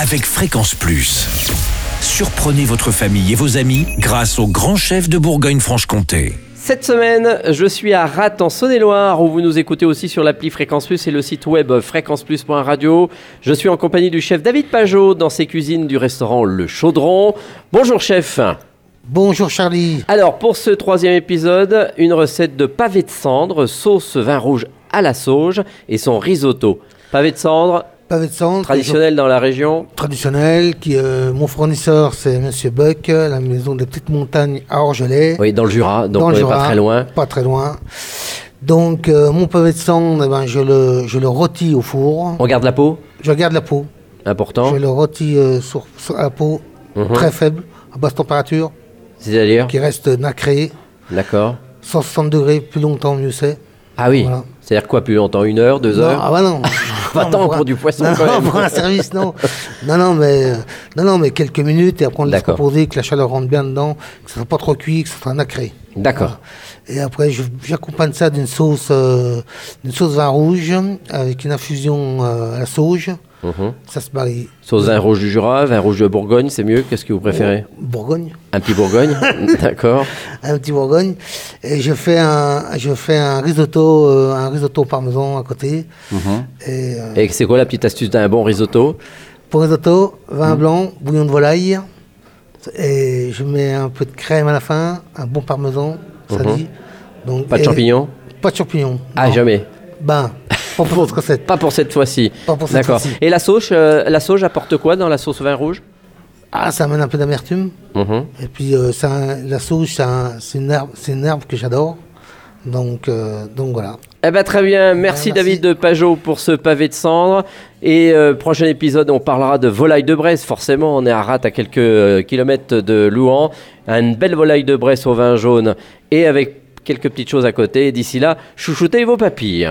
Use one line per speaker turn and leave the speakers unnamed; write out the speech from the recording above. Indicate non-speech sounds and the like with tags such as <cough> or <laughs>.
avec Fréquence Plus. Surprenez votre famille et vos amis grâce au grand chef de Bourgogne-Franche-Comté.
Cette semaine, je suis à Ratte en Saône-et-Loire où vous nous écoutez aussi sur l'appli Fréquence Plus et le site web fréquenceplus.radio. Je suis en compagnie du chef David Pajot dans ses cuisines du restaurant Le Chaudron. Bonjour chef.
Bonjour Charlie.
Alors pour ce troisième épisode, une recette de pavé de cendre, sauce vin rouge à la sauge et son risotto. Pavé de cendre,
Pavé de cendre.
traditionnel dans la région.
Traditionnel, qui, euh, mon fournisseur c'est Monsieur Buck, la maison des petites montagnes à Orgelet.
Oui, dans le Jura, donc
dans
on
le
n'est
Jura,
pas très loin.
Pas très loin. Donc euh, mon pavé de cendre, eh ben, je, le, je le rôtis au four.
On garde la peau,
Je garde la peau.
important.
Je le rôtis euh, sur, sur la peau
Mhm.
très faible, à basse température,
C'est-à-dire
qui reste nacrée.
D'accord.
160 degrés, plus longtemps mieux c'est.
Ah oui,
Voilà.
c'est-à-dire quoi plus longtemps Une heure, deux
Non,
heures
Ah bah <laughs> non.
Pas
Non,
tant
un-
pour du poisson,
non,
quand
non,
même.
<laughs> pour un service, non. Non, non, mais, euh, non, non, mais quelques minutes et après on le laisse
D'accord.
reposer, que la chaleur rentre bien dedans, que ce soit pas trop cuit, que ce soit nacré.
D'accord.
Et après, je- j'accompagne ça d'une sauce, euh, d'une sauce vin rouge avec une infusion euh, à la sauge.
Mhm.
Ça se marie.
Sauce vin rouge du Jura, vin rouge de Bourgogne, c'est mieux Qu'est-ce que vous préférez
Bourgogne,
Un petit
<laughs>
Bourgogne D'accord.
un petit Bourgogne. Et je fais un, je fais un risotto, euh, un risotto parmesan à côté.
Mhm.
Et euh,
Et c'est quoi la petite astuce d'un bon risotto
Pour risotto,
Mm-hmm.
vin blanc, bouillon de volaille. Et je mets un peu de crème à la fin, un bon parmesan, ça dit. Donc,
Mm-hmm. Pas de
et-
champignons
Pas de champignons.
Ah,
non.
jamais. <laughs>
Ben, pas pour votre recette.
Pas pour cette fois-ci.
Pas pour cette
D'accord.
fois-ci.
Et la sauce, euh, la sauge apporte quoi dans la sauce vin rouge
Ah, ça amène un peu d'amertume.
Mhm.
Et puis, euh, c'est un- la sauge, c'est un- c'est une, herbe- c'est une herbe que j'adore. Donc, euh, donc voilà.
Eh ben très bien, merci,
Ouais, merci.
David de Pajot pour ce pavé de cendre. Et euh, prochain épisode, on parlera de volaille de Bresse. Forcément, on est à Ratte, à quelques euh, kilomètres de Louan. Une belle volaille de Bresse au vin jaune et avec quelques petites choses à côté. Et D'ici là, chouchoutez vos papilles.